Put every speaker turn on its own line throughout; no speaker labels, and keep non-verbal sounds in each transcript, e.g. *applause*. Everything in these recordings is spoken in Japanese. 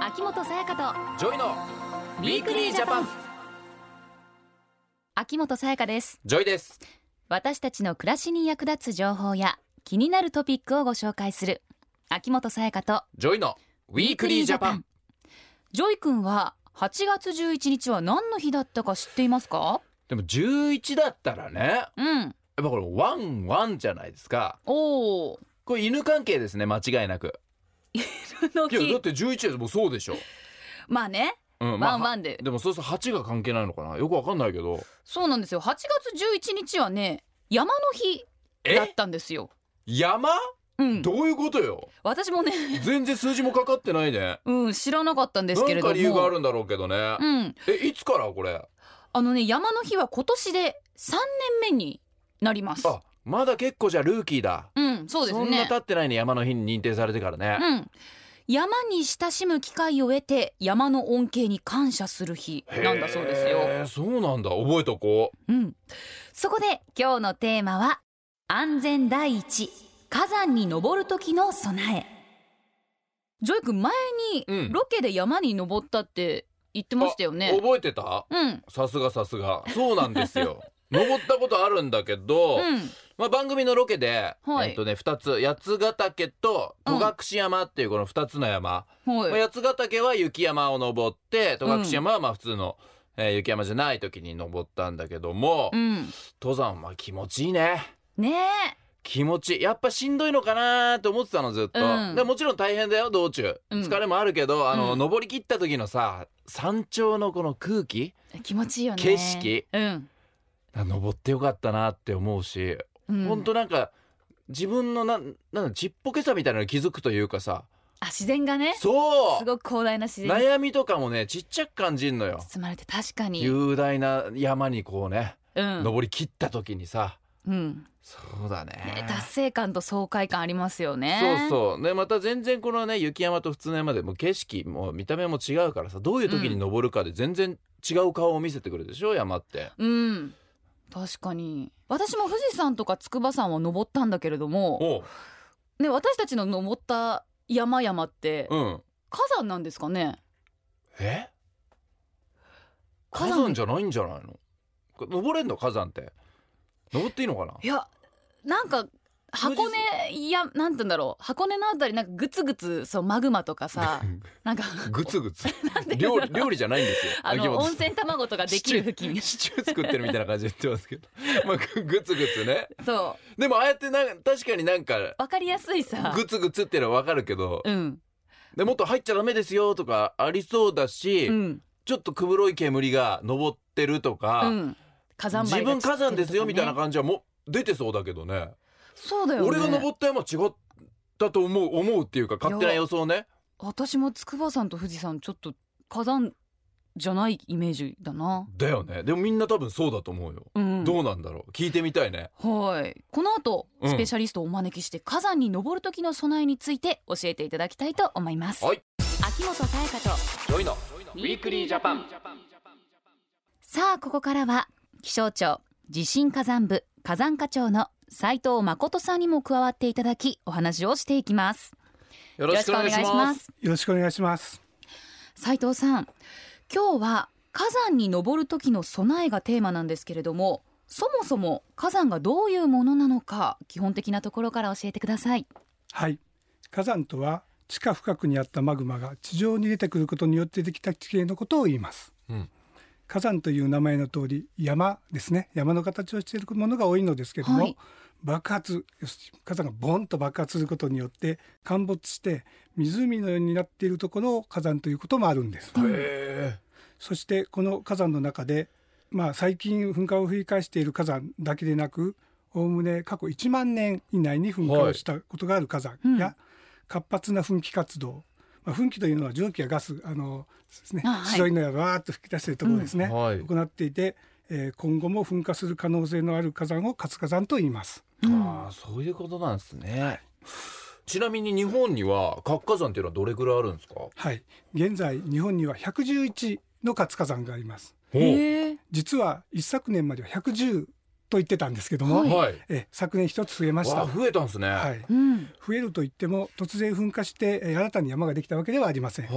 秋元さやかと
ジョイのウィークリージャパン
秋元さやかです
ジョイです
私たちの暮らしに役立つ情報や気になるトピックをご紹介する秋元さやかと
ジョイのウィークリージャパン
ジョイ君は8月11日は何の日だったか知っていますか
でも11だったらねやっ
うん
ぱこれワンワンじゃないですか
おー
これ犬関係ですね間違いなく
の
いやだ
日
って11もうそうでしょ、
まあね
うん
ワンワ
ン
ンで
でもそうすると8が関係ないのかなよくわかんないけど
そうなんですよ8月11日はね山の日だっ
え
たんですよ
山
うん
どういうことよ
私もね
全然数字もかかってないね
うん知らなかったんですけ
な
れ
ん
ども
か理由があるんだろうけどね、
うん
えいつからこれ
あのね山の日は今年で3年目になります
あまだ結構じゃあルーキーだ
うんそうです
そんな
ね
経ってないね山の日に認定されてからね、
うん山に親しむ機会を得て山の恩恵に感謝する日なんだそうですよ
へーそうなんだ覚えとこう
うん、そこで今日のテーマは安全第一火山に登る時の備えジョイ君前
うん
にロケで山に登ったって言ってましたよね
覚えてた
うん
さすがさすがそうなんで
*laughs*
すよ登ったことあるんだけど、
うん
まあ、番組のロケで、
はい
えっとね、2つ八ヶ岳と戸隠山っていうこの2つの山、
はい
まあ、八ヶ岳は雪山を登って戸隠山はまあ普通の、えー雪山じゃない時に登ったんだけども、
うん
登山は気持ちいいね
ね
気持ちいいやっぱしんどいのかなと思ってたのずっと、
うん
でもちろん大変だよ道中
うん
疲れもあるけど、あの
うん
登り切った時のさ山頂のこの空気
え気持ちいいよね
景色
うん、
あ登ってよかったなって思うし、
うん、
ほんとなんか自分のなんなんだちっぽけさみたいなのに気づくというかさ
あ自然がね
そ
す
う
ごく広大な自然に
悩みとかもねちっちゃく感じんのよ
包まれて確かに
雄大な山にこうね、
うん、
登り切った時にさ
うん
そうだね
ね、達成感と爽快感ありますよね
そう
う
そうでまた全然このね雪山と普通の山でも景色も見た目も違うからさどういう時に登るかで全然違う顔を見せてくるでしょ山って。
そううん確かに私も富士山とか筑波山を登ったんだけれども、
おう
ね、私たちの登った山々って
うん、
火山なんですかね
え
火
火
山
山じゃないんじゃないのこれ登れんの火山って登っていいのかない
やなんか箱
富
根いやなんて言うんだろう箱根のあたりなんかグツグツそうマグマとか
*laughs*
さなんか
グツグ
*laughs*
ツ
て言うんだ
料
ろう
理料理じゃないんですよ
あ
秋
の
元さ
温
ん
泉卵とかできる付近
シチュー作ってるみたいな感じで言ってますけどまあググツグツね
そ
でもああやってなん確かになんか
うわかりやすいさ
グツグツってのはわかるけど
うん
でもっと入っちゃダメですよとかありそうだし、
うん
ちょっとくぶろい煙が上ってると
う
か、
ん火山
自
灰が散ってるとかね
分火山ですよみたいな感じはもう出てそうだけどね
そうだよね
俺が登った山違ったと思う思うっていうか勝手ない
や
予想ね
私も筑波山と富士山ちょっと火山じゃないイメージだな。
だよねでもみんな多分そうだと思うよ、
うん、
どうなんだろう聞いてみたいね
はいこの後
うん
スペシャリストをお招きして火山に登る時の備えについて教えていただきたいと思います、
はい
秋元彩香と
ジョイの
ウィークリージャパンさあここからは気象庁地震火山部火山課長の斉藤誠さんにも加わっていただきお話をしていきます
よろしくお願いします
す
よろしくお願いします。
斉藤さん今日は火山に登る時の備えがテーマなんですけれどもそもそも火山がどういうものなのか基本的なところから教えてください
はい。火山とは地下深くにあったマグマが地上に出てくることによってできた地形のことを言います。
うん
火山という名前の通り山ですね。山の形をしているものが多いのですけども、
はい
爆発、要するに火山がボンと爆発することによって陥没して湖のようになっているところを火山ということもあるんです。
へ
そしてこの火山の中で、まあ、最近噴火を繰り返している火山だけでなくおおむね過去1万年以内に噴火をしたことがある火山や、
うん
活発な噴気活動、まあ、噴気というのは蒸気やガスあのです、ね
あはい
白いのがわーっと吹き出しているところですね、
うんはい
行っていて、えー今後も噴火する可能性のある火山を活火山と言います。
ーああそういうことなんですねちなみに日本には活火山っていうのはどれぐらいあるんですか
はい、現在日本には111の活火山があります。
へえ
実は一昨年までは110と言ってたんですけども、
はい
はい。
え昨年一つ増えまし
わ
た。
あ増えたんですね。
は、
はい
うん
増えると言っても突然噴火してえー新たに山ができたわけではありません。
い。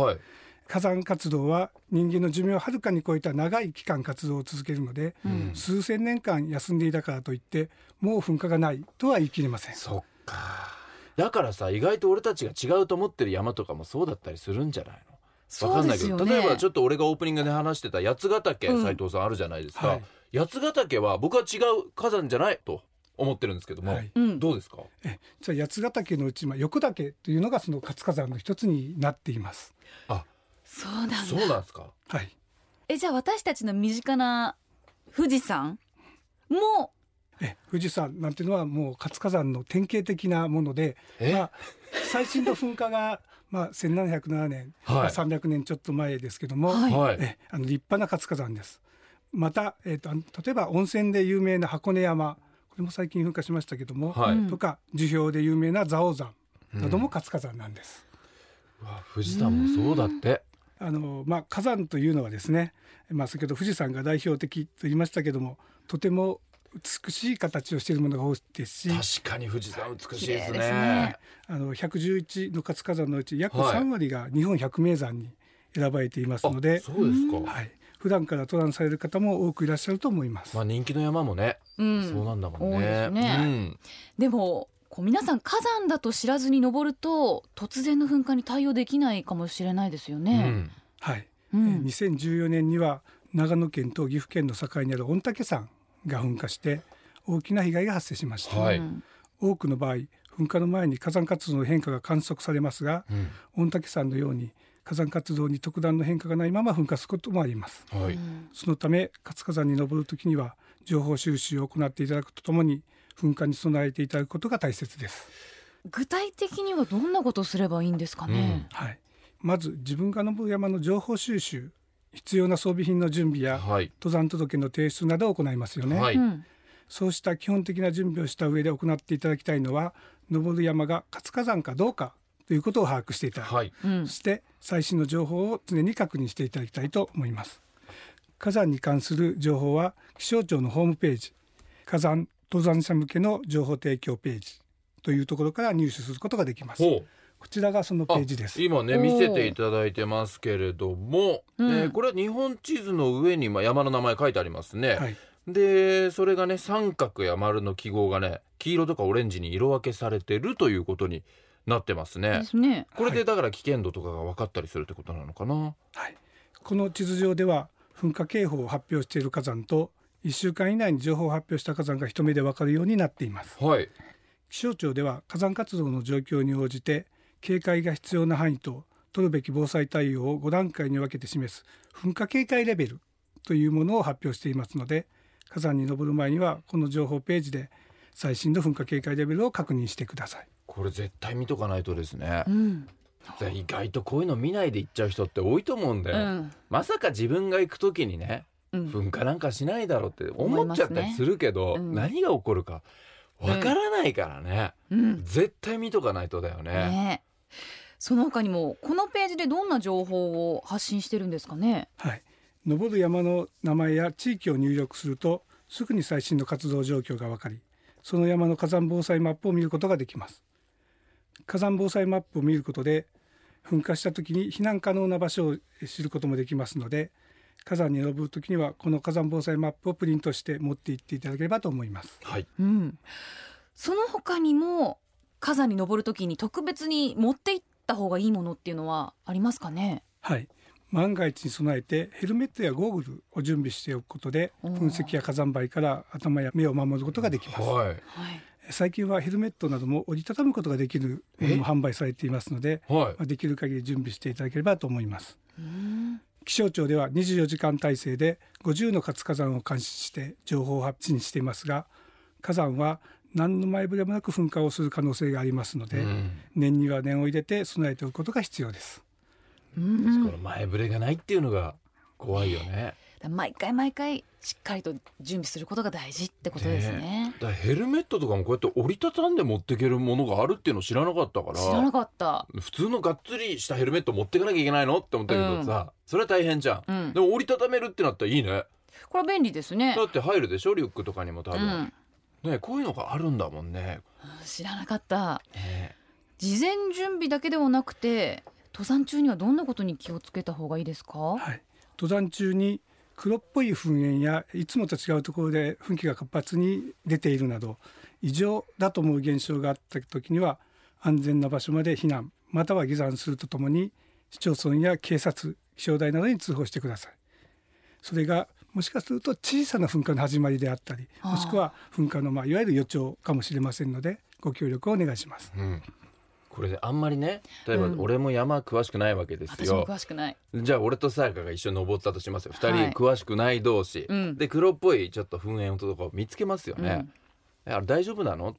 火山活動は人間の寿命をはるかに超えた長い期間活動を続けるので、
うん
数千年間休んでいたからといってもう噴火がないとは言い切れません。
そっか。だからさ意外と俺たちが違うと思ってる山とかもそうだったりするんじゃないのわ
そ
か
うん
な
で
いけ
す
ど、
よね
例えばちょっと俺がオープニングで話してた八ヶ岳、
うん
斉藤さんあるじゃないですか、
はい
八ヶ岳は僕は違う火山じゃないと思ってるんですけども、
はい
うん
どうですか
え実は八ヶ岳のうち、まあ、横岳というのがその活火山の一つになっています。
そうなんだ
そうなんですか
はい、
えじゃあ私たちの身近な富士山も
え富士山なんていうのはもう活火山の典型的なもので、
え
まあ、最新の噴火が、 *laughs* まあ、1707年、
はい
まあ、300年ちょっと前ですけども、
はい
はい、
えあの立派な活火山です。また、えー、とあの例えば温泉で有名な箱根山これも最近噴火しましたけども、
は
う
い
ん
とか樹氷で有名な蔵王山なども活火山なんです。
うわ富士山もそうだって
あのまあ、火山というのはですね、まあ、先ほど富士山が代表的と言いましたけどもとても美しい形をしているものが多いですし
確かに富士山美しいで
綺麗
すね
ですね
あの111の活火山のうち約
はい
3割が日本百名山に選ばれています
あ
ので、
そうですか、
はい、普段から登山される方も多くいらっしゃると思います。
まあ人気の山もね、
うん
そうなんだもんね
多いですね
うん、
でもこう皆さん火山だと知らずに登ると突然の噴火に対応できないかもしれないですよ
う
ね。
ん
はい、
うん
えー2014年には長野県と岐阜県の境にある御嶽山が噴火して大きな被害が発生しました、
はい
うん
多くの場合噴火の前に火山活動の変化が観測されますが
うん
御嶽山のように火山活動に特段の変化がないまま噴火することもあります
はい、
そのため活火山に登るときには情報収集を行っていただくとともに噴火に備えていただくことが大切です
具体的にはどんなことすればいいんですかね。
はい、まず自分が登る山の情報収集必要な装備品の準備や
はい、
登山届の提出などを行いますよね、
はい
うん
そうした基本的な準備をした上で行っていただきたいのは登る山が活火山かどうかということを把握していただく、
はい、
うん
そして最新の情報を常に確認していただきたいと思います火山に関する情報は気象庁のホームページ火山登山者向けの情報提供ページというところから入手することができます
ほう
こちらがそのページです
今ね
おー
見せていただいてますけれども、
うん
えーこれは日本地図の上にまあ山の名前書いてありますね、
はい、
でそれがね三角や丸の記号がね黄色とかオレンジに色分けされてるということになってますね
ですね。
これでだから危険度とかが分かったりするってことなのかな
はい、この地図上では噴火警報を発表している火山と1週間以内に情報を発表した火山が一目で分かるようになっています
はい
気象庁では火山活動の状況に応じて警戒が必要な範囲と取るべき防災対応を5段階に分けて示す噴火警戒レベルというものを発表していますので火山に登る前にはこの情報ページで最新の噴火警戒レベルを確認してください
これ絶対見とかないとですね
う、ん。
意外とこういうの見ないで行っちゃう人って多いと思うんで、
うん。
まさか自分が行く時にね
うん
噴火なんかしないだろうって思っちゃったりするけど、
思いますねうん
何が起こるかわからないからね、
うん。
絶対見とかないとだよね。
ね。その他にもこのページでどんな情報を発信してるんですかね。
はい、登る山の名前や地域を入力するとすぐに最新の活動状況が分かりその山の火山防災マップを見ることができます火山防災マップを見ることで噴火した時に避難可能な場所を知ることもできますので火山に登る時にはこの火山防災マップをプリントして持って行っていただければと思います
はい、
うん。その他にも火山に登るときに特別に持っていった方がいいものっていうのはありますかね。
はい万が一に備えてヘルメットやゴーグルを準備しておくことで
おー
噴石や火山灰から頭や目を守ることができます
はい、
はい。
最近はヘルメットなども折りたたむことができるものも販売されていますので、
はい
まあ、できる限り準備していただければと思います
うん。
気象庁では24時間体制で50の活火山を監視して情報を発信していますが火山は何の前触れもなく噴火をする可能性がありますので、
うん
念には念を入れて備えておくことが必要です
うん
この前触れがないっていうのが怖いよね。
毎回毎回しっかりと準備することが大事ってことですね。
だからヘルメットとかもこうやって折りたたんで持っていけるものがあるっていうの知らなかったから
知らなかった。
普通のがっつりしたヘルメット持っていかなきゃいけないのって思ったけどさ、それは大変じゃん、
うん
でも折りたためるってなったらいいね
これは便利ですね
だ。って入るでしょリュックとかにも多
う
分、
ん、
ねこういうのがあるんだもんね
知らなかった。
ね
事前準備だけではなくて、登山中にはどんなことに気をつけた方がいいですか。
はい、登山中に黒っぽい噴煙やいつもと違うところで噴気が活発に出ているなど異常だと思う現象があった時には安全な場所まで避難または下山するとともに市町村や警察気象台などに通報してくださいそれがもしかすると小さな噴火の始まりであったり
あー
もしくは噴火の、まあ、いわゆる予兆かもしれませんのでご協力をお願いします
うんこれであんまりね例えば
うん
俺も山詳しくないわけです
私も
よ、
詳しくない。
じゃあ俺とさやかが一緒に登ったとしますよ二
はい
人詳しくない同士、
うん
で黒っぽいちょっと噴煙のとこ見つけますよね、
うん
えあれ大丈夫なのっ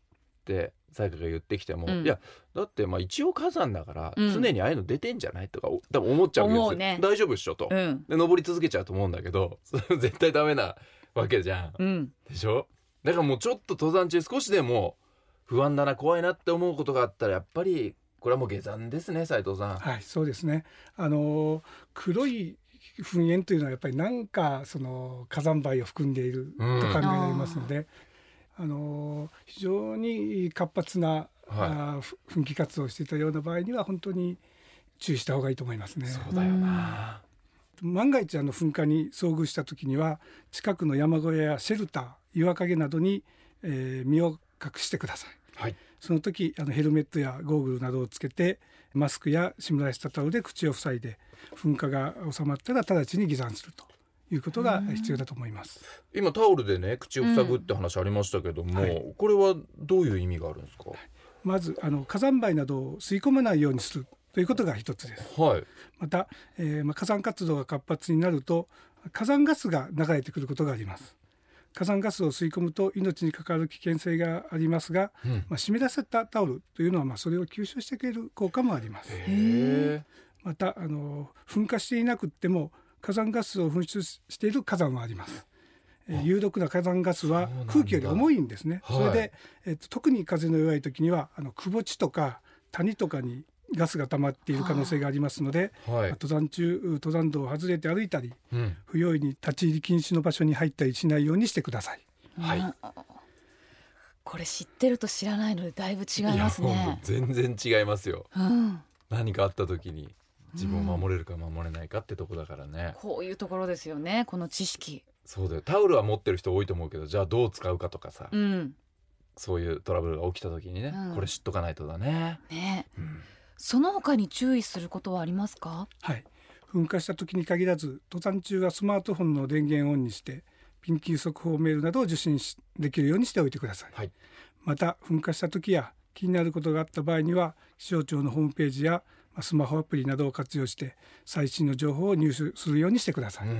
てさやかが言ってきても、
うん
いやだってまあ一応火山だから
うん
常にああいうの出てんじゃないとかお多分思っちゃうわけです
思
よ
うね
大丈夫っしょと、
うん。
で登り続けちゃうと思うんだけど *laughs* それ絶対ダメなわけじゃん
うん。
でしょだからもうちょっと登山中少しでも不安だな怖いなって思うことがあったらやっぱりこれはもう下山ですね斉藤さん、
はい、そうですね。あのー黒い噴煙というのはやっぱりなんかその火山灰を含んでいると
うん
考えられますので、あのー非常に活発な、あーふ噴気活動をしていたような場合には本当に注意した方がいいと思いますね。
そうだよな、
万が一あの噴火に遭遇した時には近くの山小屋やシェルター岩陰などに、えー身を隠してください。
はい
その時あのヘルメットやゴーグルなどをつけてマスクや湿らせたタオルで口を塞いで噴火が収まったら直ちに下山するということが必要だと思います。
今タオルでね口を塞ぐって話ありましたけども、
うんは
これはどういう意味があるんですか
まずあの火山灰などを吸い込まないようにするということが一つです。
はい
また、えーまあ、火山活動が活発になると火山ガスが流れてくることがあります。火山ガスを吸い込むと命に関わる危険性がありますが、
うん
まあ、湿らせたタオルというのは、まあ、それを吸収してくれる効果もあります。
へえ
またあの噴火していなくっても火山ガスを噴出している火山はあります。えー有毒な火山ガス
そ
は
うなんだ
空気より重いんですね。
はい
それで、えっと特に風の弱い時にはあの窪地とか谷とかにガスが溜まっている可能性がありますので、
はい、
登山中登山道を外れて歩いたり
うん、
不用意に立ち入り禁止の場所に入ったりしないようにしてください。
はい
うん。これ知ってると知らないので、だいぶ違い
いや
ます
もう
ね。
全然違いますよ
うん。
何かあった時に自分を守れるか守れないかってとこだからね、
こういうところですよね。この知識。
そうだよタオルは持ってる人多いと思うけどじゃあどう使うかとかさ、
うん。
そういうトラブルが起きた時にね、
うん
これ知っとかないとだね、
ね。
うん
その他に注意することはありますか。
はい、噴火した時に限らず登山中はスマートフォンの電源をオンにして緊急速報メールなどを受信しできるようにしておいてください、
はい
また噴火した時や気になることがあった場合には気象庁のホームページやまあスマホアプリなどを活用して最新の情報を入手するようにしてください、
う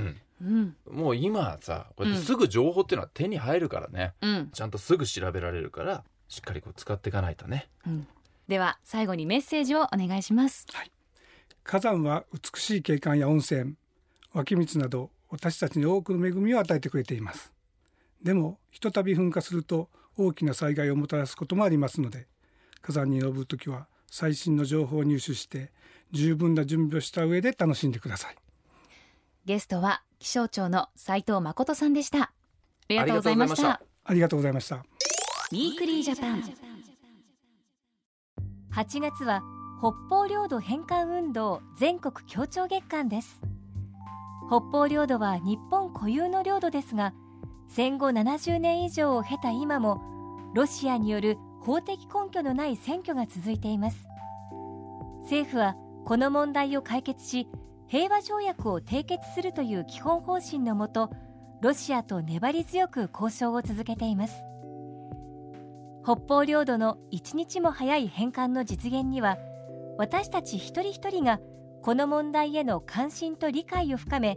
ん。
もう今さこうやってすぐ情報っていうのは手に入るからね、
うん。
ちゃんとすぐ調べられるからしっかりこう使っていかないとね
うん。では、最後にメッセージをお願いします。
火山は美しい景観や温泉湧き水など私たちに多くの恵みを与えてくれていますでもひとたび噴火すると大きな災害をもたらすこともありますので火山に登るときは最新の情報を入手して十分な準備をした上で楽しんでください
ゲストは気象庁の斉藤誠さんでした。ありがとうございまし
ありが
た。
ありがとうございました
ウィークリージャパン。
8月は北方領土返還運動全国協調月間です北方領土は日本固有の領土ですが戦後70年以上を経た今もロシアによる法的根拠のない選挙が続いています政府はこの問題を解決し平和条約を締結するという基本方針のもとロシアと粘り強く交渉を続けています北方領土の一日も早い返還の実現には私たち一人一人がこの問題への関心と理解を深め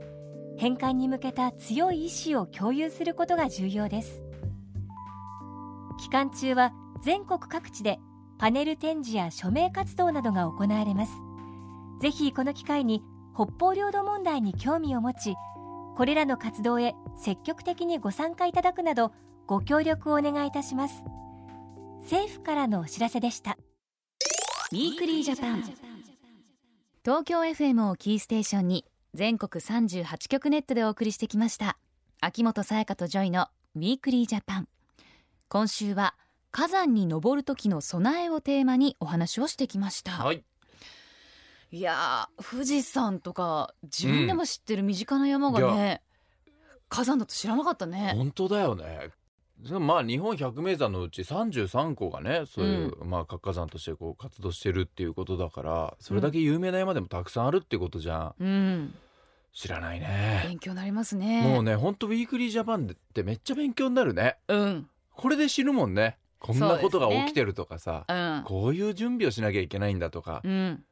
返還に向けた強い意志を共有することが重要です期間中は全国各地でパネル展示や署名活動などが行われますぜひこの機会に北方領土問題に興味を持ちこれらの活動へ積極的にご参加いただくなどご協力をお願いいたします政府からのお知らせでした
ウィークリージャパン東京 FM をキーステーションに全国38局ネットでお送りしてきました秋元沙耶香とジョイのウィークリージャパン今週は火山に登る時の備えをテーマにお話をしてきました、
はい
い、やー富士山とか自分でも知ってる身近な山が
うんい
ね、火山だと知らなかったね
本当だよねそのまあ日本百名山のうち33個がねそういう、まあ、活火山としてこう活動してるっていうことだからそれだけ有名な山でもたくさんあるってことじゃん、
うん
知らないね、
勉強になりますね
もうねほんとウィークリージャパンってめっちゃ勉強になるね
うん
これで知るもんねこんなことが起きてるとかさ、
うん
こういう準備をしなきゃいけないんだとか
う、ん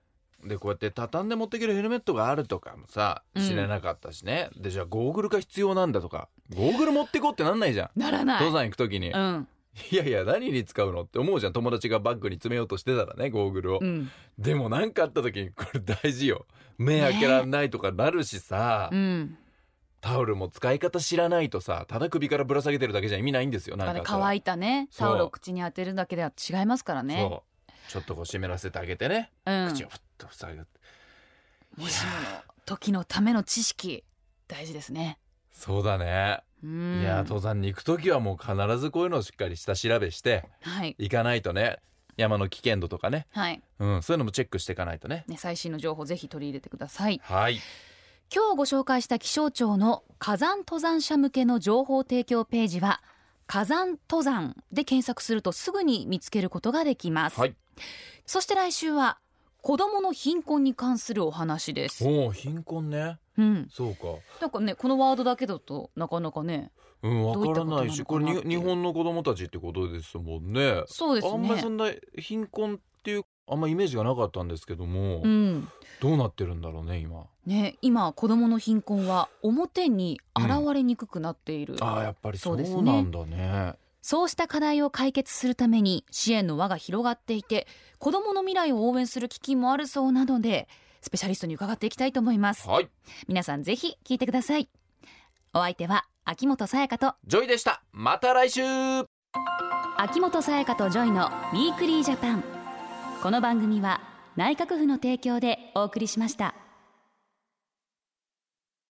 でこうやって畳んで持ってけるヘルメットがあるとかもさ
うん
知らなかったしね、でじゃあゴーグルが必要なんだとかゴーグル持ってこってなんないじゃん
ならない
登山行く時に、
う
い
ん
やいや何に使うのって思うじゃん友達がバッグに詰めようとしてたらねゴーグルを、
うん
でも何かあった時にこれ大事よ目開けらんないとかなるしさ、
うん
タオルも使い方知らないとさただ首からぶら下げてるだけじゃ意味ないんですよ
だ
な
か
ん
ら
か
乾いたね
そう
タオルを口に当てるだけでは違いますから
ね
ね
そうちょっとこう湿らせてあげてね、
うん
口をふっと塞ぐ
もしもの時のための知識大事ですね
そうだね
うん
いや登山に行く時はもう必ずこういうのをしっかり下調べして
はい
行かないとね山の危険度とかね、
はい
うん、そういうのもチェックしていかないとね
ね最新の情報ぜひ取り入れてください
はい
今日ご紹介した気象庁の火山登山者向けの情報提供ページは火山登山で検索するとすぐに見つけることができます、
はい
そして来週は子どもの貧困に関するお話です、
おお貧困ね
うん、
そうか
なんかねこのワードだけだとなかなかね
うん
どういっ
わ
たこと
から
なのかな
ないしこれ
っ
に
ていう
日本の子供たちってことですもんね
そうですね
あんまりそんな貧困っていうあんまイメージがなかったんですけども、
うん
どうなってるんだろうね今
ね、今子どもの貧困は表に現れにくくなっている、
あーやっぱり
そ
そうう
ですね
なんだね
そうした課題を解決するために支援の輪が広がっていて子どもの未来を応援する基金もあるそうなのでスペシャリストに伺っていきたいと思います
はい
皆さんぜひ聞いてくださいお相手は秋元沙耶香と
ジョイでしたまた来週
秋元沙耶香とジョイのウィークリージャパンこの番組は内閣府の提供でお送りしました